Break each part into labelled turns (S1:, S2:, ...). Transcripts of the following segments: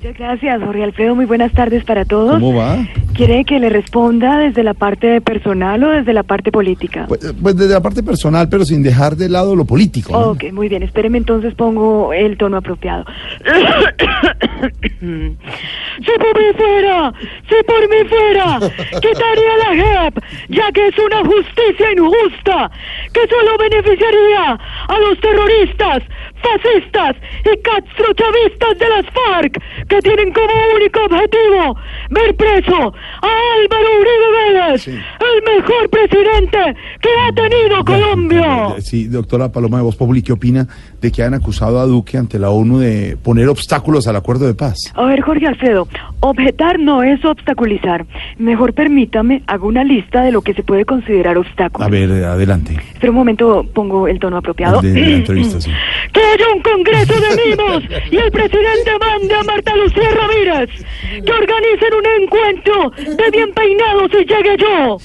S1: Muchas gracias, Jorge Alfredo. Muy buenas tardes para todos.
S2: ¿Cómo va?
S1: ¿Quiere que le responda desde la parte de personal o desde la parte política?
S2: Pues, eh, pues desde la parte personal, pero sin dejar de lado lo político. ¿no?
S1: Ok, muy bien. Espéreme entonces pongo el tono apropiado. si por mí fuera, si por mí fuera, quitaría la JEP, ya que es una justicia injusta, que solo beneficiaría a los terroristas, fascistas y castrochavistas de las FARC, que tienen como único objetivo ver preso a Álvaro Uribe Vélez,
S2: Sí.
S1: el mejor presidente que ha tenido Colombia.
S2: Eh, Sí, doctora Paloma de Voz Populi, ¿qué opina de que han acusado a Duque ante la ONU de poner obstáculos al acuerdo de paz?
S1: A ver, Jorge Alfredo, objetar no es obstaculizar. Mejor permítame, hago una lista de lo que se puede considerar obstáculo.
S2: A ver, eh, adelante.
S1: Espera un momento, pongo el tono apropiado.
S2: El de la entrevista, sí.
S1: Que haya un congreso de mimos y el presidente mande a Marta Lucía Ramírez que organicen un encuentro de bien peinados y llegue yo.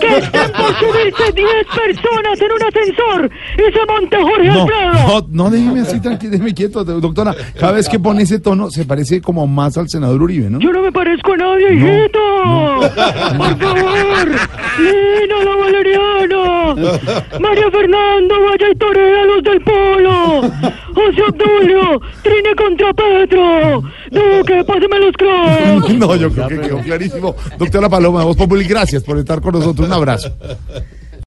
S1: Que estén por subirse 10 personas en un ascensor y se monte Jorge
S2: No,
S1: Alfredo.
S2: no, no, déjeme así, tranquilo, déjeme quieto, do- doctora. Cada vez que pone ese tono, se parece como más al senador Uribe, ¿no?
S1: Yo no me parezco a nadie, hijito. Por favor, Lino la Valeriana, María Fernanda, vaya y torea a los del Polo, José Obdulio, Trine contra Petro, Duque, páseme los cracks.
S2: No, yo creo que quedó clarísimo. Doctora Paloma de Voz Populi, gracias por estar con nosotros. Un abrazo.